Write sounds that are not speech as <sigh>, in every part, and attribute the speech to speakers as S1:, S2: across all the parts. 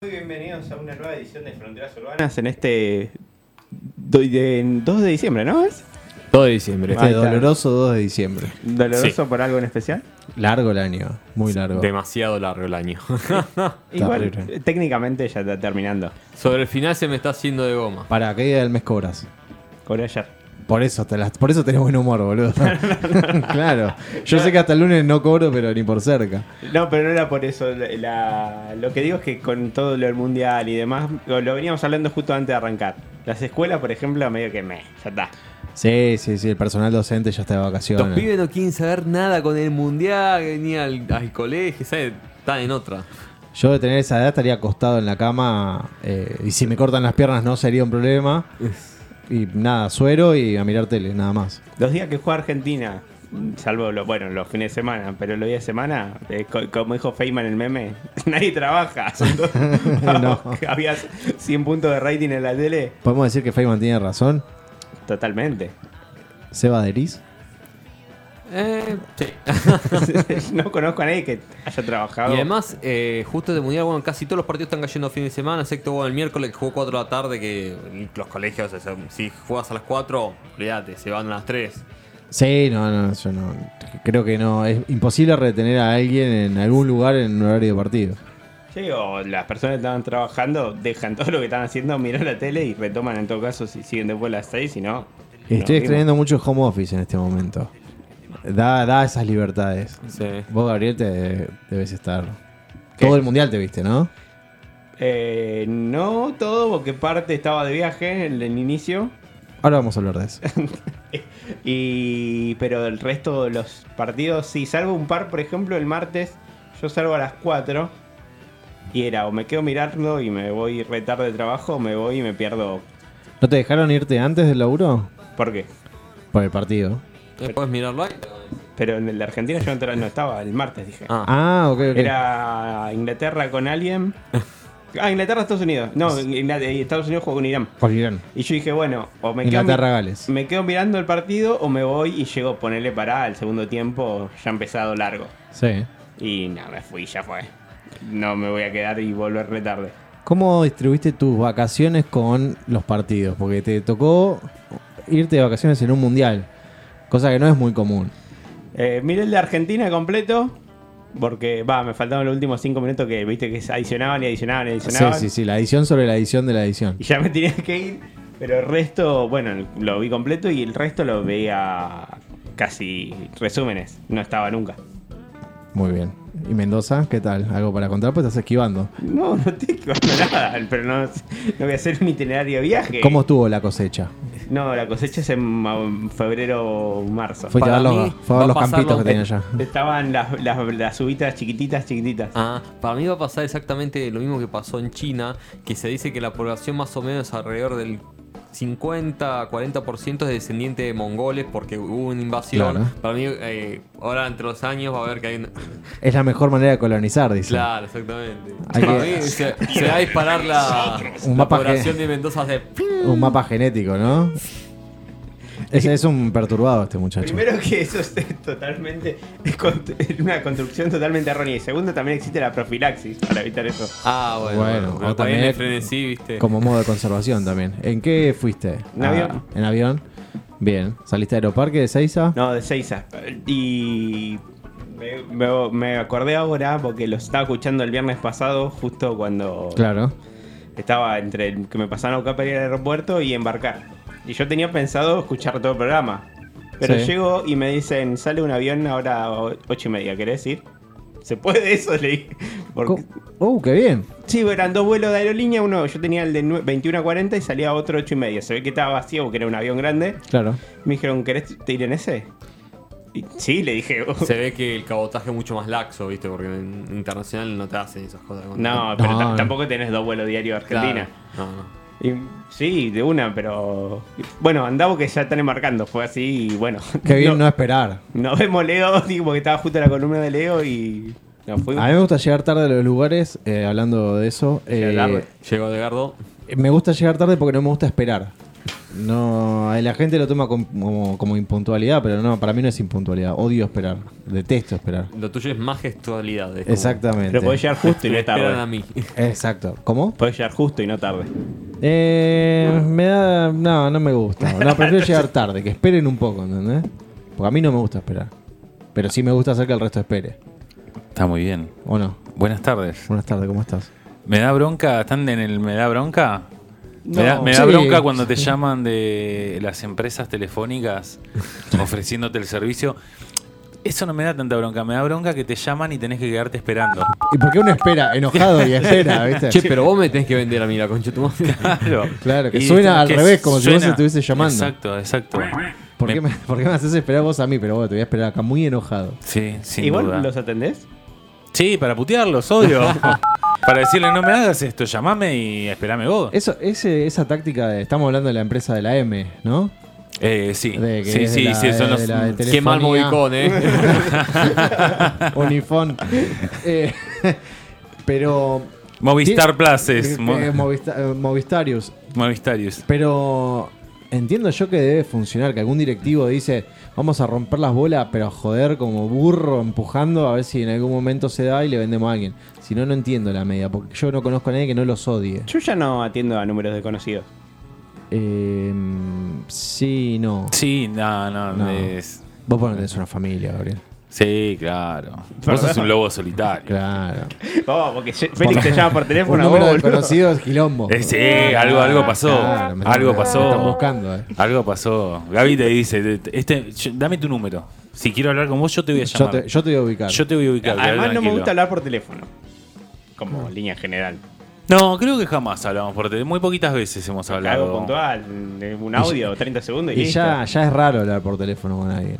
S1: Muy bienvenidos a una nueva edición de Fronteras Urbanas en este 2 de, 2 de diciembre, ¿no? ¿Es
S2: 2 de diciembre.
S3: Ah,
S1: Ahí
S2: Este
S1: está.
S2: doloroso 2 de diciembre.
S1: doloroso por algo en especial?
S2: Largo el año, muy largo.
S3: Demasiado largo el año. <laughs>
S1: Igual,
S2: horrible.
S1: eh, técnicamente ya está terminando.
S3: Sobre el final se me está haciendo de goma.
S2: Para, ¿qué día del mes cobras?
S1: Cobré ayer.
S2: Por eso, te las- por eso tenés buen humor, boludo. <laughs> claro. Yo sé que hasta el lunes no cobro, pero ni por cerca.
S1: No, pero no era por eso. La- la- lo que digo es que con todo lo del mundial y demás, lo, lo veníamos hablando justo antes de arrancar. Las escuelas, por ejemplo, medio que me, ya está.
S2: Sí, sí, sí, el personal docente ya está de
S3: Los
S2: vacaciones.
S3: pibes no quieren saber nada con el mundial, ni al, al colegio, ¿sabes? Están en otra.
S2: Yo de tener esa edad estaría acostado en la cama eh, y si me cortan las piernas no sería un problema. Y nada, suero y a mirar tele, nada más.
S1: Los días que juega Argentina, salvo los, bueno, los fines de semana, pero los días de semana, eh, co- como dijo Feynman en el meme, <laughs> nadie
S2: <laughs>
S1: trabaja. Son dos-
S2: No.
S1: Había 100 puntos de rating en la tele.
S2: ¿Podemos decir que Feynman tiene razón? <laughs>
S1: Totalmente. <laughs>
S2: ¿Seba Deris?
S3: Eh, sí.
S1: no conozco a nadie que haya trabajado.
S3: Y además, eh, justo de mundial, bueno, casi todos los partidos están cayendo a fin de semana, excepto bueno, el miércoles que jugó 4 de la tarde, que los colegios, o sea, si juegas a las 4, olvídate, se van a las 3.
S2: Sí, no, no, yo no. Creo que no. Es imposible retener a alguien en algún lugar en un horario de partido.
S1: Sí, o las personas que estaban trabajando dejan todo lo que están haciendo, miran la tele y retoman en todo caso si siguen después de las 6, si no. nos
S2: Estoy
S1: vimos.
S2: extrañando mucho home office en este momento. Da, da esas libertades.
S3: Sí.
S2: Vos, Gabriel, te debes estar.
S1: ¿Qué?
S2: Todo el mundial te viste, ¿no?
S1: Eh, no todo, porque parte estaba de viaje en el inicio.
S2: Ahora vamos a hablar
S1: <laughs>
S2: de eso.
S1: Y, pero el resto de los partidos, sí, salvo un par, por ejemplo, el martes yo salgo a las 4 y era o me quedo mirando y me voy retardo de trabajo o me voy y me pierdo.
S2: ¿No te dejaron irte antes del laburo?
S1: ¿Por qué?
S2: Por el partido.
S3: Puedes Eh, mirarlo ahí.
S1: Pero en el de Argentina yo no, tra- no estaba, el martes dije.
S3: Ah,
S2: Ah, ok, ok.
S1: Era Inglaterra con
S2: <laughs>
S1: alguien. Ah, Inglaterra, Estados Unidos. No, Ingla- eh, Estados Unidos jugó con Irán.
S2: Por Irán.
S1: Y yo dije, bueno, o me quedo, mi-
S2: Inglaterra, Gales.
S1: me quedo mirando el partido o me voy y llego, ponerle parada al segundo tiempo, ya empezado largo.
S2: Sí.
S1: Y no, me fui, ya fue. No me voy a quedar y volver retarde.
S2: ¿Cómo distribuiste tus vacaciones con los partidos? Porque te tocó irte de vacaciones en un mundial. Cosa que no es muy común.
S1: Eh, miré el de Argentina completo. Porque, va, me faltaban los últimos cinco minutos que, viste, que se adicionaban y adicionaban y
S2: Sí,
S1: adicionaban.
S2: sí, sí, la edición sobre la edición de la edición.
S1: Y ya me tenía que ir. Pero el resto, bueno, lo vi completo y el resto lo veía casi resúmenes. No estaba nunca.
S2: Muy bien. ¿Y Mendoza? ¿Qué tal? ¿Algo para contar? Pues estás esquivando.
S1: No, no <laughs> estoy esquivando nada. Pero no, no voy a hacer un itinerario de viaje.
S2: ¿Cómo estuvo la cosecha?
S1: No, la cosecha es en ma- febrero o marzo.
S2: Fuiste a ver
S3: Para
S2: los,
S3: mí
S2: fue a ver
S3: va
S2: los
S3: a pasar
S2: campitos
S3: los
S2: que tenía allá.
S1: Estaban las, las, las uvitas chiquititas, chiquititas.
S3: Ah, para mí va a pasar exactamente lo mismo que pasó en China, que se dice que la población más o menos alrededor del 50-40% es descendiente de mongoles porque hubo una invasión.
S2: Claro.
S3: Para mí, eh, ahora entre los años va a haber que hay una...
S2: Es la mejor manera de colonizar, dice.
S3: Claro, exactamente.
S2: Hay
S3: Para
S2: que-
S3: mí se, se va a disparar la,
S2: Un
S3: la
S2: mapa que-
S3: población de Mendoza hace...
S2: Un mapa genético, ¿no? Ese es un perturbado este muchacho.
S1: Primero que eso es totalmente es con- una construcción totalmente errónea. Y segundo, también existe la profilaxis para evitar eso.
S3: Ah, bueno.
S2: Bueno,
S3: bueno,
S2: o
S3: pero
S2: también-
S3: también el frenesí, viste.
S2: Como modo de conservación también. ¿En qué fuiste? Ah,
S1: En avión.
S2: ¿En avión? Bien. ¿Saliste de Aeroparque de Seiza?
S1: No, de Seiza. Y me, me- me acordé ahora porque los estaba escuchando el viernes pasado, justo cuando
S2: Claro.
S1: estaba entre el que me pasaron a buscar para ir al aeropuerto y embarcar. Y yo tenía pensado escuchar todo el programa. Pero
S2: Sí.
S1: llego y me dicen, sale un avión ahora a o- ocho y media, ¿querés ir? ¿Se puede eso? Le dije. Porque-
S2: ¡Oh, qué bien!
S1: Sí, eran dos vuelos de aerolínea, uno, yo tenía el de nue- 21 a 40 y salía otro 8 y media. Se ve que estaba vacío porque era un avión grande.
S2: Claro.
S1: Me dijeron, ¿querés te ir en ese? Y, sí, le dije. <laughs> "Oh".
S3: Se ve que el cabotaje es mucho más laxo, viste, porque en internacional no te hacen esas cosas.
S1: No, pero
S2: No,
S1: ta-
S2: no.
S1: tampoco tenés dos vuelos diarios a
S3: Claro.
S1: Argentina.
S3: No, no.
S1: Y, sí, de una, pero. Bueno, andamos que ya están embarcando, fue así y bueno.
S2: Qué bien no
S1: No,
S2: esperar.
S1: nos vemos Leo, <laughs> digo, porque estaba justo la columna de Leo y. Nos fuimos.
S2: A mí me gusta llegar tarde a los lugares, eh, hablando de eso.
S1: Llegar
S2: eh,
S1: tarde.
S3: Llegó Edgardo.
S2: me gusta llegar tarde porque no me gusta esperar. No, la gente lo toma com- como, como impuntualidad, pero no, para mí no es impuntualidad. Odio esperar, detesto esperar.
S3: Lo tuyo es majestualidad. es como-
S2: Exactamente.
S1: Pero podés llegar justo y
S3: Me
S1: no
S3: esperan a
S1: tarde.
S3: mí.
S2: Exacto. ¿Cómo?
S1: Podés llegar justo y no tarde.
S2: Eh, me da. No, no me gusta.
S4: <laughs>
S2: No, prefiero llegar tarde, que esperen un poco, ¿entendés? Porque a mí no me gusta esperar. Pero sí me gusta hacer que el resto espere.
S4: Está muy bien.
S2: ¿O no?
S4: Buenas tardes.
S2: Buenas tardes, ¿cómo estás?
S4: ¿Me da bronca? ¿Están en el me da bronca? Me da,
S2: No.
S4: me da
S2: Sí.
S4: bronca cuando te llaman de las
S2: <laughs>
S4: empresas telefónicas ofreciéndote el servicio. Eso no me da tanta bronca. Me da bronca que te llaman y tenés que quedarte esperando.
S2: ¿Y por qué uno espera? Enojado <laughs> y espera, ¿viste?
S3: Che, pero vos me tenés que vender a mí la concha de tu madre.
S4: Claro.
S2: <laughs> Claro, que suena al revés, como si vos estuviese llamando.
S4: Exacto, exacto.
S2: ¿Por, qué me, por qué me haces esperar vos a mí? Pero bueno, te voy a esperar acá muy enojado.
S4: Sí, sin
S1: ¿Y vos
S4: duda.
S1: los atendés?
S4: Sí, para
S2: <laughs>
S4: putearlos, obvio. para decirle, no me hagas esto, llamame y esperame vos.
S2: Eso, ese, esa táctica de. Estamos hablando de la empresa de la M, <laughs> ¿no?
S4: Eh, sí,
S2: De que
S4: sí,
S2: es de
S4: sí,
S2: la-
S4: sí, son
S2: de
S4: los...
S2: la de
S3: Qué mal
S2: telefonía.
S3: movicón,
S2: <laughs>
S3: eh.
S2: Unifón. Eh, <laughs> pero.
S4: Movistar Plus
S2: eh,
S4: es... mo-
S2: eh, Movista- eh, Movistarius.
S4: Movistarius.
S2: Pero entiendo yo que debe funcionar, que algún directivo dice, vamos a romper las bolas, pero a joder como burro, empujando, a ver si en algún momento se da y le vendemos a alguien. Si no, no entiendo la media, porque yo no conozco a nadie que no los odie.
S1: Yo ya no atiendo a números desconocidos.
S2: Eh, sí, no.
S4: Sí, no, no,
S2: No.
S4: es-
S2: Vos ponés tenés una familia, Gabriel.
S4: Sí, claro. Vos
S1: Perdón.
S4: sos un lobo solitario.
S2: Claro.
S1: Oh, porque se- Félix
S2: <laughs>
S1: te llama por
S2: Un
S1: teléfono.
S2: número
S1: vos,
S2: de
S1: boludo.
S2: conocidos quilombo. Ah,
S4: Eh, sí, algo, algo pasó.
S2: Claro, me-
S4: algo
S2: me
S4: pasó.
S2: están buscando, eh.
S4: Algo pasó. Gaby te dice, te- te- este, yo- dame tu número. Si quiero hablar con vos, yo te voy a
S2: Yo
S4: llamar.
S2: te, yo te voy a ubicar.
S4: Yo te voy a ubicar.
S1: Además,
S4: quedate
S1: no me gusta
S4: tranquilo.
S1: hablar por teléfono. Como línea general.
S4: No, creo que jamás hablamos por teléfono. Muy poquitas veces hemos
S1: Algo
S4: hablado.
S1: puntual, un audio, 30 segundos y,
S2: y ya, ya es raro hablar por teléfono con alguien.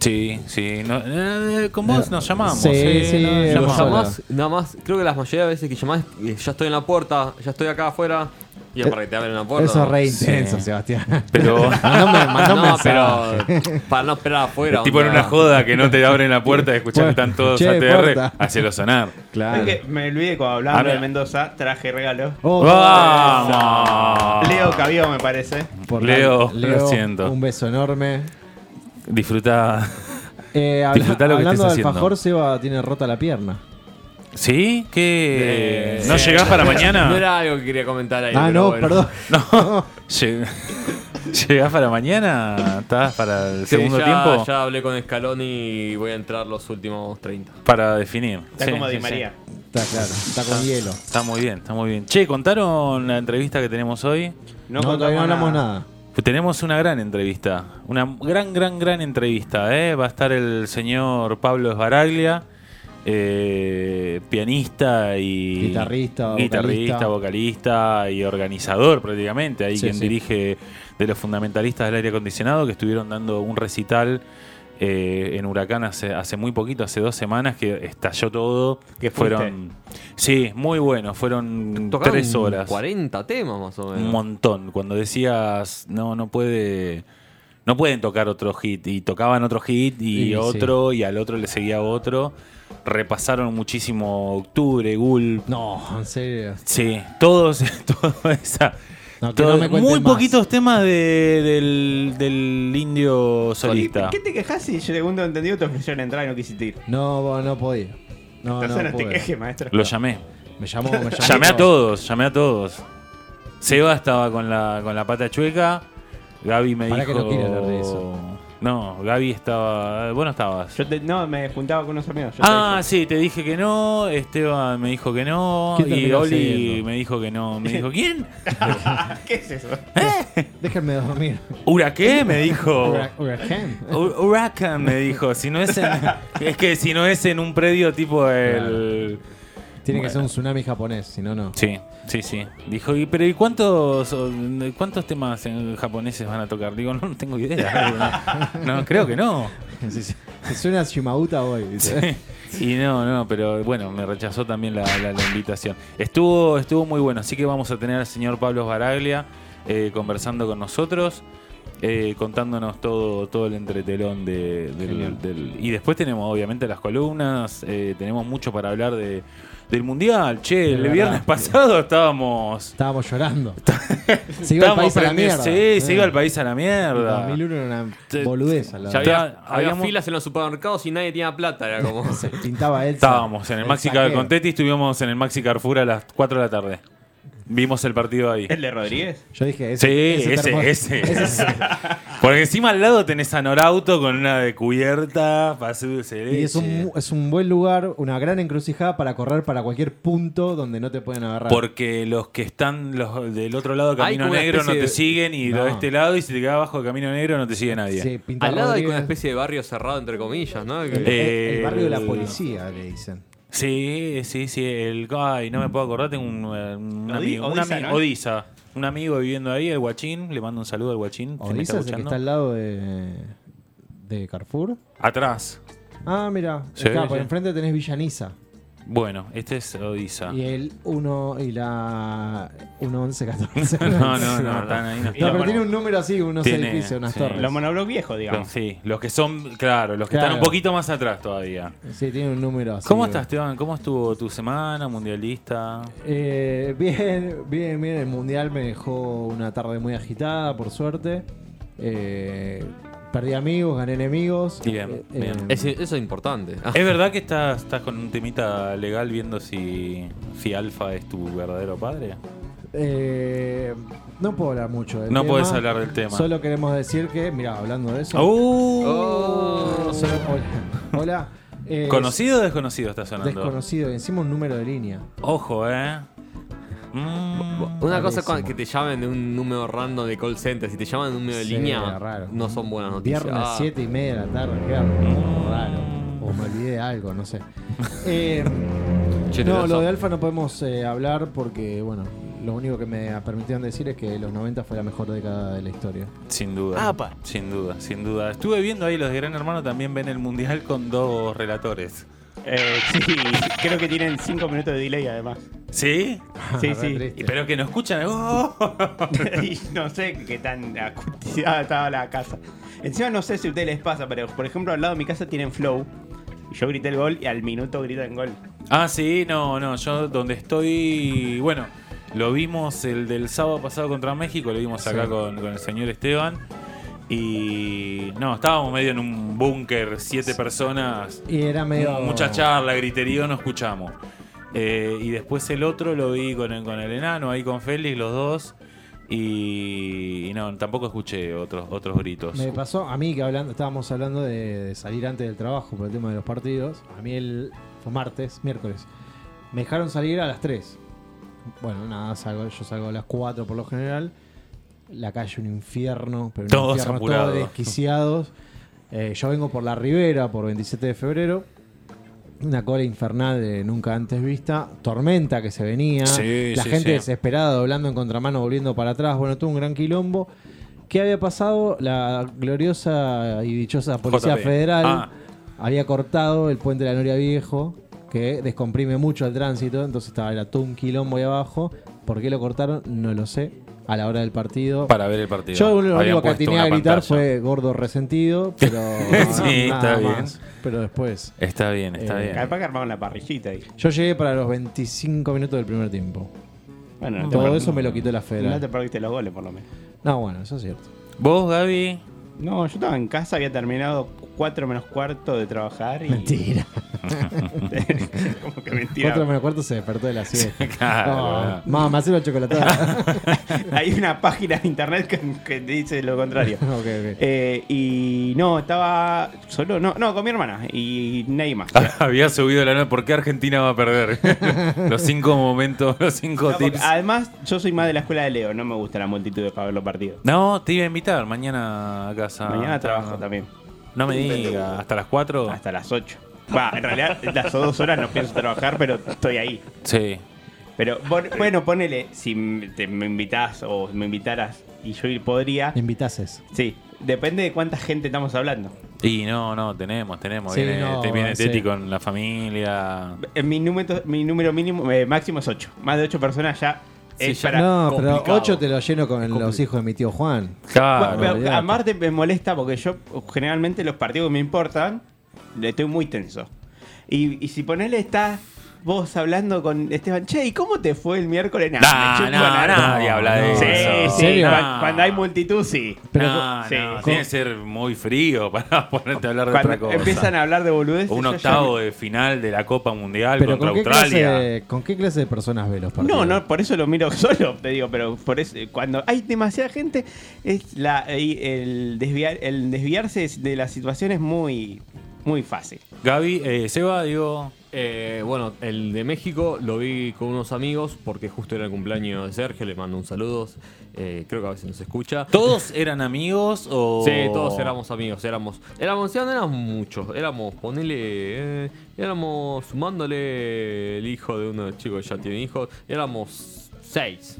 S4: Sí, sí. no- eh, con vos nos llamamos.
S2: Sí,
S4: eh,
S2: sí,
S4: nos
S2: vos
S4: llamamos.
S2: hablás.
S3: Jamás, nada más, creo que las mayoría de veces que llamás, eh, ya estoy en la puerta, ya estoy acá afuera, y aparte te abren la puerta. Ah,
S2: Eso es re
S4: Sí.
S2: intenso, Sebastián.
S4: Pero.
S2: <laughs> Mandame, mandame
S3: no,
S2: mensaje.
S3: pero <laughs> para no esperar afuera.
S4: tipo en
S3: onda.
S4: una joda que no te abren la puerta y escuchás que están todos
S2: Che,
S4: ATR,
S2: porta.
S4: hacelo sonar.
S1: Es
S2: Claro.
S1: que me olvidé cuando hablábamos
S4: Ahora-
S1: de Mendoza, traje regalo.
S2: Oh,
S4: Ah, ¡Vamos!
S1: Leo Cabió, me parece.
S2: por
S4: Leo,
S2: la-
S4: lo siento.
S2: Un beso enorme.
S4: Disfruta.
S2: Eh, habla-
S4: Disfrutá lo que
S2: hablando
S4: estés
S2: de alfajor,
S4: haciendo.
S2: Seba tiene rota la pierna.
S4: ¿Sí? ¿Qué? ¿No
S3: Sí.
S4: llegás para
S3: Eh, No
S4: mañana?
S3: era algo que quería comentar ahí.
S2: ah,
S3: Eh, pero
S2: no,
S3: bueno.
S2: perdón.
S4: No. Lleg- ¿Llegás para mañana? ¿Estás para el
S3: Sí,
S4: segundo
S3: ya,
S4: tiempo?
S3: Ya hablé con Scaloni y voy a entrar los últimos 30.
S4: Para definir.
S1: Está
S4: Sí,
S1: como Di
S4: sí, sí.
S1: María.
S2: Está claro, está con hielo.
S4: Está muy bien, está muy bien. Che, ¿contaron la entrevista que tenemos hoy?
S2: No, todavía no hablamos nada.
S4: Pues tenemos una gran entrevista. Una gran, gran, gran entrevista. ¿eh? Va a estar el señor Pablo Esbaraglia, eh, pianista y.
S2: Guitarrista,
S4: guitarrista, vocalista. y organizador prácticamente. Ahí
S2: Sí,
S4: quien
S2: sí.
S4: dirige de los fundamentalistas del aire acondicionado que estuvieron dando un recital. eh, en Huracán hace, hace muy poquito, hace dos semanas que estalló todo.
S1: Que fuiste.
S4: fueron. Sí, muy bueno. Fueron
S3: Tocaron
S4: tres horas.
S3: 40 temas más o menos.
S4: Un montón. Cuando decías, no, no puede. No pueden tocar otro hit. Y tocaban otro hit
S2: Y
S4: y
S2: sí.
S4: otro, y al otro le seguía otro. Repasaron muchísimo Octubre, Gulp.
S2: No, en serio.
S4: Sí, todos, <laughs> toda esa.
S2: No, que
S4: todo-
S2: no me cuenten
S4: muy
S2: más.
S4: poquitos temas de- del, del indio solista.
S1: ¿Qué te quejas si yo segundo entendido te ofrecieron entrar y no quisiste ir?
S2: No, vos no podía. No,
S1: Entonces
S2: no
S1: no te
S2: pude.
S1: quejes, maestro.
S4: Lo llamé.
S2: Me llamó, me llamó.
S4: Llamé a todos, llamé a todos. Seba estaba con la, con la pata chueca. Gaby me
S2: Pará que
S4: dijo.
S2: no quiero hablar de eso.
S4: No, Gaby estaba. Vos no estabas.
S1: Yo te- no, me juntaba con unos amigos. yo te
S4: ah, sí, te dije que no. Esteban me dijo que no.
S2: ¿Quién
S4: Y
S2: terminó
S4: Oli
S2: siendo?
S4: me dijo que no.
S2: <laughs>
S4: Me dijo, ¿quién?
S1: dije. "Ah, ¿Qué
S4: <laughs>
S1: es eso?
S2: Déjenme dormir.
S4: ¿Huraqué? Me dijo.
S2: Hura- huracán.
S4: Hu- Huracán me dijo. Si no es en- es que si no es en un predio tipo el.
S2: Tiene
S4: Bueno.
S2: que ser un tsunami japonés, si no, no.
S4: Sí, sí, sí. Dijo, ¿y, pero ¿y cuántos, o, cuántos temas en japoneses van a tocar? Digo, no, no tengo idea. <laughs> No, no, creo que no. <laughs>
S2: Si- si- si Suena Shimauta hoy. ¿viste?
S4: Y no, no, pero bueno, me rechazó también la, la- la invitación. Estuvo, estuvo muy bueno, así que vamos a tener al señor Pablo Baraglia eh, conversando con nosotros. eh, contándonos todo, todo el entretelón de-
S2: Genial.
S4: del, del- Y después tenemos obviamente las columnas, eh, tenemos mucho para hablar de, del Mundial. Che, el
S2: verdad.
S4: viernes pasado estábamos...
S2: Estábamos
S4: <laughs>
S2: llorando. se iba el
S4: estábamos
S2: país a la mierda.
S4: prendidos. Sí, se iba el país a la mierda.
S2: 2001 era una
S4: Te-
S2: boludez. al lado.
S4: Ya
S3: Había,
S4: Está-
S3: había
S4: habíamos-
S3: filas en los supermercados y nadie tenía plata. Era como. <laughs>
S2: Se pintaba Elsa.
S4: Estábamos en el Maxi Car
S2: saqueo.
S4: con Teti, estuvimos en el Maxi Carrefour a las 4 de la tarde. Vimos el partido ahí.
S1: ¿El de Rodríguez?
S2: Yo dije, ese.
S4: Sí,
S2: termo- <laughs>
S4: ese, ese. <laughs> Porque encima al lado tenés a Norauto con una de cubierta, paseo de
S2: Y es
S4: leche.
S2: un, es un buen lugar, una gran encrucijada para correr para cualquier punto donde no te pueden agarrar.
S4: Porque los que están los del otro lado de
S3: Hay
S4: Camino
S3: como una
S4: Negro no
S3: especie
S4: te
S3: de-
S4: siguen y lo de
S2: No.
S4: este lado y si te quedas abajo de Camino Negro no te sigue nadie.
S2: Sí, Pinta
S3: Al lado hay
S2: Rodríguez.
S3: una especie de barrio cerrado, entre comillas, ¿no?
S2: El,
S3: Que-
S4: Eh,
S2: el barrio de la
S4: el-
S2: policía, le dicen.
S4: Sí, sí, sí. El, ay, no me puedo acordar, tengo un, eh, un
S1: Odi-
S4: amigo. un
S1: Odisa,
S4: ami-
S1: ¿no?
S4: Odisa. Un amigo viviendo ahí, el Guachín. Le mando un saludo al Guachín. que me
S2: Odisa es el que
S4: escuchando.
S2: está al lado de, de Carrefour.
S4: Atrás.
S2: Ah, mira.
S4: Sí,
S2: acá, por
S4: sí.
S2: enfrente tenés Villaniza.
S4: Bueno, este es Odisa.
S2: Y el 1 y la 1, 11, 14.
S4: <laughs> No, <laughs> no,
S2: <laughs>
S4: no,
S3: no.
S4: están ahí. No,
S1: Y los
S2: pero
S1: mono-
S2: tiene un número así, unos
S4: Tiene,
S2: edificios, unas
S4: sí.
S2: torres.
S1: Los monobloc viejos,
S4: están.
S1: digamos.
S4: Sí, los que son, claro, los que
S2: Claro.
S4: están un poquito más atrás todavía.
S2: Sí, tiene un número así.
S4: ¿Cómo estás, Esteban? ¿Cómo estuvo tu semana mundialista?
S2: Eh, bien, bien, bien. El mundial me dejó una tarde muy agitada, por suerte. Eh, perdí amigos, gané enemigos. Eh,
S4: Bien, bien.
S3: es- eso es importante. Ah,
S4: ¿Es verdad que estás, estás con un temita legal viendo si, si Alfa es tu verdadero padre?
S2: eh, no puedo hablar mucho. del
S4: No
S2: tema.
S4: podés hablar del tema.
S2: Solo queremos decir que, mira, hablando de eso.
S4: ¡Uh!
S2: Oh. solo- hola. hola eh,
S4: ¿Conocido o desconocido está sonando?
S2: Desconocido, y encima un número de línea.
S4: Ojo, ¿eh? Mm.
S3: Una cosa es
S2: Rarísimo.
S3: cuando- que te llamen de un número random de call center. Si te llaman de un número de
S2: Sí,
S3: línea,
S2: raro.
S3: no son buenas noticias.
S2: Viernes
S3: Ah,
S2: 7 y media de la tarde, qué raro. O me olvidé de algo, no sé.
S3: <laughs>
S2: Eh,
S3: che, te
S2: no,
S3: lo-
S2: lo de Alfa no podemos eh, hablar porque, bueno, lo único que me permitieron decir es que los 90 fue la mejor década de la historia.
S4: Sin duda.
S5: Apa.
S4: Sin duda, sin duda. Estuve viendo ahí los de Gran Hermano también ven el mundial con dos relatores.
S1: Eh, sí, creo que tienen 5 minutos de delay además.
S4: ¿Sí?
S1: Sí,
S2: Ah, Re
S1: sí.
S2: triste.
S4: Y- Pero que no escuchan. ¡Oh!
S1: <laughs> y no sé qué tan acustizada estaba la casa. Encima no sé si a ustedes les pasa, pero por ejemplo al lado de mi casa tienen flow. Y yo grité el gol y al minuto gritan gol.
S4: Ah, sí, no, no. Yo donde estoy. Bueno, lo vimos el del sábado pasado contra México, lo vimos acá
S2: Sí.
S4: con, con el señor Esteban. Y. No, estábamos medio en un búnker, siete personas.
S2: Y era medio.
S4: Mucha charla, griterío, no escuchamos. Eh, y después el otro lo vi con el, con el enano, ahí con Félix, los dos. Y, y no, tampoco escuché otros, otros gritos.
S2: Me pasó a mí que hablando, estábamos hablando de, de salir antes del trabajo por el tema de los partidos. A mí el fue martes, miércoles. Me dejaron salir a las 3. Bueno, nada, salgo, yo salgo a las 4 por lo general. La calle un infierno, pero un
S4: Todos
S2: infierno,
S4: apurados.
S2: todos desquiciados. Eh, yo vengo por la Ribera por 27 de febrero. Una cola infernal de nunca antes vista. Tormenta que se venía.
S4: Sí,
S2: la
S4: sí,
S2: gente
S4: sí.
S2: desesperada, doblando en contramano, volviendo para atrás. Bueno, tuvo un gran quilombo. ¿Qué había pasado? La gloriosa y dichosa Policía
S4: JP.
S2: Federal
S4: Ah.
S2: había cortado el puente de la Noria Viejo, que descomprime mucho el tránsito, entonces estaba era todo un quilombo ahí abajo. ¿Por qué lo cortaron? No lo sé. A la hora del partido.
S4: Para ver el partido.
S2: Yo lo
S4: Habían
S2: único que
S4: puesto
S2: tenía a
S4: una
S2: gritar
S4: pantalla.
S2: fue gordo resentido, pero
S4: <laughs> Sí,
S2: nada
S4: está
S2: más. Pero después.
S4: Está bien, está
S2: Eh,
S4: bien.
S1: Capaz que armaban la parrillita ahí.
S2: Yo llegué para los 25 minutos del primer tiempo.
S1: Bueno, no te,
S2: Todo
S1: per-
S2: eso me lo quitó la
S1: no te
S2: federal.
S1: perdiste los goles por lo menos.
S2: No, bueno, eso es cierto.
S4: Vos, Gaby,
S1: No, yo estaba en casa, había terminado 4 menos cuarto de trabajar y.
S2: Mentira.
S1: <laughs> Como que
S2: Cuatro
S1: mentira.
S2: menos cuarto se despertó de la siesta.
S4: Claro.
S2: Oh, Mamá, hacer la chocolatada.
S1: Hay una página de internet que, que dice lo <laughs> contrario.
S2: <laughs> Ok, ok.
S1: Eh, y no, estaba solo, no, no, con mi hermana y Neymar.
S4: <laughs> había subido la nota. ¿Por qué Argentina va a perder?
S2: <laughs>
S4: los cinco momentos, los
S1: No,
S4: cinco
S1: porque
S4: tips.
S1: además, yo soy más de la escuela de Leo, no me gusta la multitud de Pablo Partido.
S4: No, te iba a invitar mañana a casa.
S1: Mañana
S4: Está-
S1: trabajo también,
S4: No me digas, hasta las 4.
S1: hasta las 8. Va, en realidad las dos horas no pienso trabajar, pero estoy ahí.
S4: Sí.
S1: Pero bon- bueno, ponele, si m- te- me invitás o me invitaras y yo ir podría,
S2: Invitases.
S1: sí, depende de cuánta gente estamos hablando.
S4: Y no, no, tenemos, tenemos.
S2: Sí,
S4: viene
S2: no,
S4: te viene
S2: sí.
S4: Teti con la familia.
S1: Eh, Mi número, mi número mínimo, eh, máximo es 8. Más de 8 personas ya Eh,
S3: ya-
S1: para-
S2: no, pero
S3: complicado.
S2: 8 te lo lleno con los hijos de mi tío Juan.
S4: Claro.
S1: Bueno, pero
S2: olvidate.
S1: a Marte me molesta porque yo generalmente los partidos que me importan le estoy muy tenso. Y, y si ponele está vos hablando con Esteban, che, ¿y cómo te fue el miércoles? Nah,
S4: Nah,
S1: me chupa la-
S4: nah, nadie habla de
S1: Sí,
S4: eso.
S1: sí,
S2: ¿En
S1: cu-
S4: serio?
S1: cuando, hay multitud, sí.
S2: Pero-
S4: no,
S1: sí.
S4: no, tiene que ser muy frío <laughs> para ponerte a hablar de otra
S1: Cuando
S4: cosa.
S1: empiezan a hablar de boludeces.
S4: O un
S1: yo ya
S4: octavo de final de la Copa Mundial
S2: Pero
S4: contra
S2: ¿con qué, clase
S4: Australia.
S2: de, ¿con qué clase de personas ve los
S1: me-
S2: partidos?
S1: No, no, por eso lo miro <laughs> solo, te digo, pero por eso, eh, cuando hay demasiada gente, es la, y el, desviar, el desviarse de la situación es muy, muy fácil.
S4: Gaby, eh, Seba, digo.
S3: Eh, bueno, el de México lo vi con unos amigos porque justo era el cumpleaños de Sergio, le mando un saludo. eh, creo que a veces nos escucha.
S4: ¿Todos eran amigos o.?
S3: Sí, todos éramos amigos, éramos. Éramos, ya no éramos muchos, éramos, ponele. eh, éramos, sumándole el hijo de uno de los chicos que ya tiene hijos, éramos seis.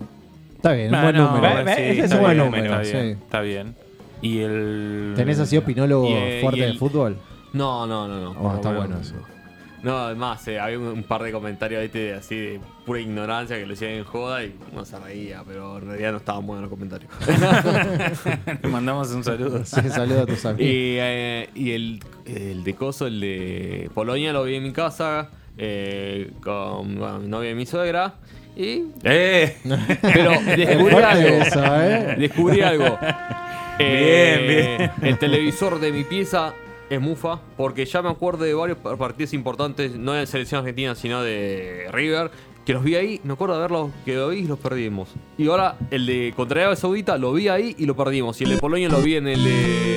S2: Está bien, un buen
S4: Ah, Bueno,
S2: número.
S1: Ve, ve,
S4: sí,
S1: ese es
S4: está
S1: un buen
S4: bien,
S2: número,
S4: Está bien,
S2: sí.
S4: está bien. Y el.
S2: ¿Tenés así opinólogo
S3: Y, eh,
S2: fuerte
S3: y el-
S2: de fútbol?
S3: No, no, no, no.
S2: Oh,
S3: no,
S2: está
S3: no,
S2: bueno
S3: no.
S2: eso.
S3: No, además, eh, había un, un par de comentarios ¿viste? así de pura ignorancia que lo hacían en joda y uno se reía, pero en realidad no estaban buenos los comentarios.
S4: <laughs> Le mandamos un saludo.
S2: Sí, <laughs> saluda a tus amigos.
S3: Y, eh, y el, el de Coso, el de Polonia, lo vi en mi casa eh, con bueno, mi novia y mi suegra. Y,
S4: ¡Eh!
S3: <laughs> pero descubrí
S2: fuerte
S3: algo.
S2: eso, ¿eh?
S3: <laughs> Descubrí algo. Eh,
S4: Bien,
S3: El televisor de mi pieza es mufa, porque ya me acuerdo de varios par- partidos importantes, no de selección argentina, sino de River. Que los vi ahí, me acuerdo de verlos, que lo vi y los perdimos. Y ahora el de contra Arabia Saudita lo vi ahí y lo perdimos. Y el de Polonia lo vi en el de.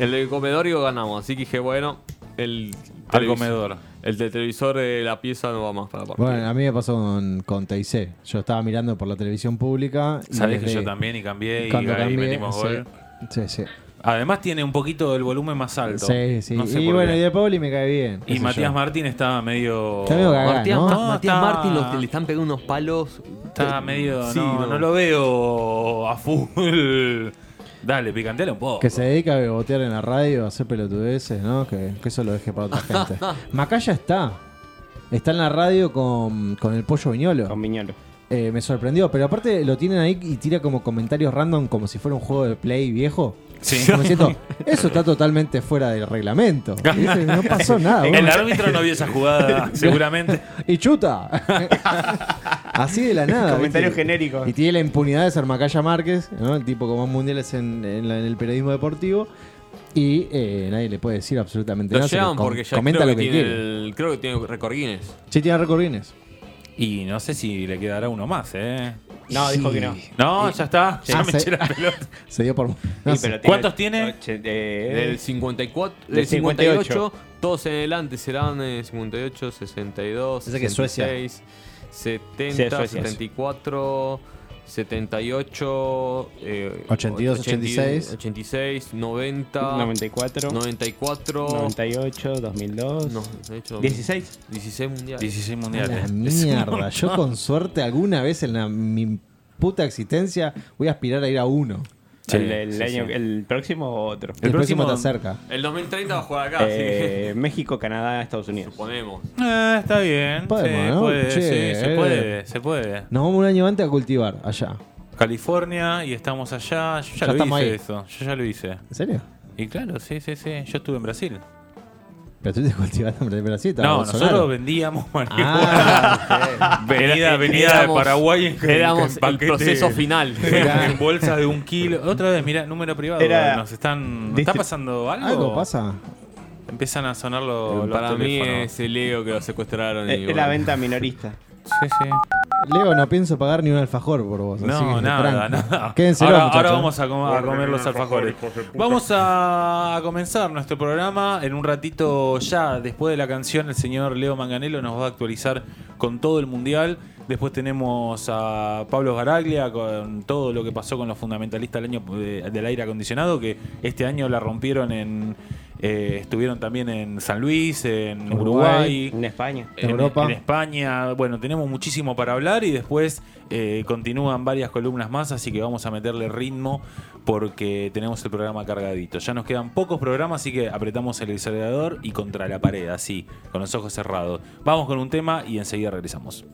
S3: El del comedor y lo ganamos. Así que dije, bueno, el.
S4: Al
S3: televis-
S4: comedor.
S3: El del televisor de la pieza no va más para partido.
S2: Bueno, a mí me pasó con, con TIC. Yo estaba mirando por la televisión pública. y
S4: Sabés que
S2: desde-
S4: yo también y cambié y
S2: Cuando
S4: ahí
S2: cambié,
S4: metimos
S2: sí,
S4: gol.
S2: Sí, sí.
S4: Además tiene un poquito del volumen más alto.
S2: Sí, sí.
S4: No sé
S2: y
S4: por
S2: bueno,
S4: qué.
S2: y de Pauli me cae bien. qué
S4: Y
S2: sé
S4: Matías
S2: yo.
S4: Martín estaba medio.
S2: Está medio cagado.
S3: Matías,
S2: ¿no?
S3: Ma-
S4: No,
S3: Matías
S4: está-
S3: Martín lo- le están pegando unos palos.
S4: Está medio.
S3: Sí,
S4: no, no lo veo a full. <laughs> Dale, picanteale un poco.
S2: Que se dedica a bebotear en la radio, a hacer pelotudeces, ¿no? Que, que eso lo deje para otra gente. Macaya está. Está en la radio con, con el pollo viñolo.
S1: Con Viñolo.
S2: Eh, me sorprendió, pero aparte lo tienen ahí y tira como comentarios random como si fuera un juego de play viejo.
S4: Sí.
S2: Como
S4: <laughs>
S2: diciendo, eso está totalmente fuera del reglamento. Y dice, No pasó nada.
S4: El
S2: boludo.
S4: árbitro no vio
S2: <laughs>
S4: esa jugada, seguramente.
S1: <laughs>
S2: Y chuta. Así de la nada.
S1: Comentarios
S2: ¿viste?
S1: genéricos.
S2: Y tiene la impunidad de ser Macaya Márquez, ¿no? el tipo con más mundiales en, en la- en el periodismo deportivo. Y eh, nadie le puede decir absolutamente
S3: Lo
S2: nada. así que
S3: llevan
S2: com-
S3: porque ya
S2: comenta
S3: creo
S2: lo
S3: que,
S2: que,
S3: tiene
S2: quiere.
S3: el- creo que tiene récord Guinness.
S2: Sí, tiene récord Guinness.
S4: Y no sé si le quedará uno más, ¿eh?
S1: No, dijo
S2: Sí.
S1: que no.
S4: No, ya está. Ya
S2: Ah,
S4: me
S2: sí.
S4: eché la pelota.
S2: Se dio por. no
S1: Sí,
S2: sé.
S1: pero
S4: ¿Cuántos tiene?
S1: oche- eh,
S3: Del 54,
S1: Del
S3: del 58,
S1: 58.
S3: todos en adelante serán eh, 58, 62,
S2: Pensé que es Suecia.
S3: 66, 70,
S1: Sí, es Suecia.
S3: 74, 78, eh,
S2: 82, 86,
S3: 86, 90,
S1: 94,
S3: 94,
S1: 98, 2002.
S3: no, de hecho,
S1: 16.
S3: 16 mundiales.
S4: 16
S2: A la
S3: <laughs>
S4: mundiales.
S2: mierda. Yo con suerte alguna vez en la- mi puta existencia voy a aspirar a ir a uno.
S4: Sí,
S1: el, el
S4: sí,
S1: año,
S4: sí.
S1: el próximo o otro.
S2: El,
S4: El
S2: próximo
S4: próximo- <laughs> Ah,
S2: está cerca.
S3: El 2030 va a jugar acá,
S1: Eh, México, Canadá, Estados
S3: <laughs>
S1: Unidos.
S3: ponemos.
S4: Eh, está bien.
S2: Podemos,
S4: sí,
S2: ¿no?
S4: puede,
S2: Che,
S4: sí, se
S2: eh.
S4: puede, se puede.
S2: Nos vamos un año antes a cultivar allá.
S4: California y estamos allá. Yo
S2: Ya
S4: ya, lo hice
S2: estamos ahí.
S4: eso. Yo ya lo hice.
S2: ¿En serio?
S4: Y claro, sí, sí, sí. Yo estuve en Brasil.
S2: Pero tú te <laughs> cultivaste en Brasil. estaba
S4: No,
S2: Bolsonaro.
S4: nosotros vendíamos marihuana.
S2: Ah,
S4: <laughs> Venida, venida
S3: Éramos-
S4: de Paraguay en, en-
S3: Éramos
S4: en
S3: el
S4: paquete-
S3: proceso
S4: <laughs>
S3: final. <laughs>
S4: en bolsas de un kilo. Otra vez, mira, número privado.
S1: Era-
S4: Nos están. ¿nos ¿Está
S1: Distri-
S4: pasando
S2: ok.
S4: algo?
S2: Algo pasa.
S4: Empiezan a sonar los, los
S3: Para mí
S4: teléfonos.
S3: es el Leo que lo secuestraron. y
S1: Eh, Es
S3: bueno.
S1: la venta minorista.
S4: Sí, sí.
S2: Leo, no pienso pagar ni un alfajor por vos. así
S4: No,
S2: que
S4: nada,
S2: tranqui.
S4: nada.
S2: Quédense
S4: ahora,
S2: los muchachos.
S4: ahora vamos a, com- a comer los alfajores. Vamos a comenzar nuestro programa. En un ratito ya, después de la canción, el señor Leo Manganello nos va a actualizar con todo el mundial. Después tenemos a Pablo Garaglia con todo lo que pasó con los fundamentalistas del, año, eh, del aire acondicionado, que este año la rompieron en... eh, estuvieron también en San Luis, en
S2: Uruguay.
S4: Uruguay
S1: En España.
S2: En
S4: en,
S2: Europa.
S4: en España. Bueno, tenemos muchísimo para hablar y después eh, continúan varias columnas más, así que vamos a meterle ritmo porque tenemos el programa cargadito. Ya nos quedan pocos programas, así que apretamos el acelerador y contra la pared, así, con los ojos cerrados. Vamos con un tema y enseguida regresamos.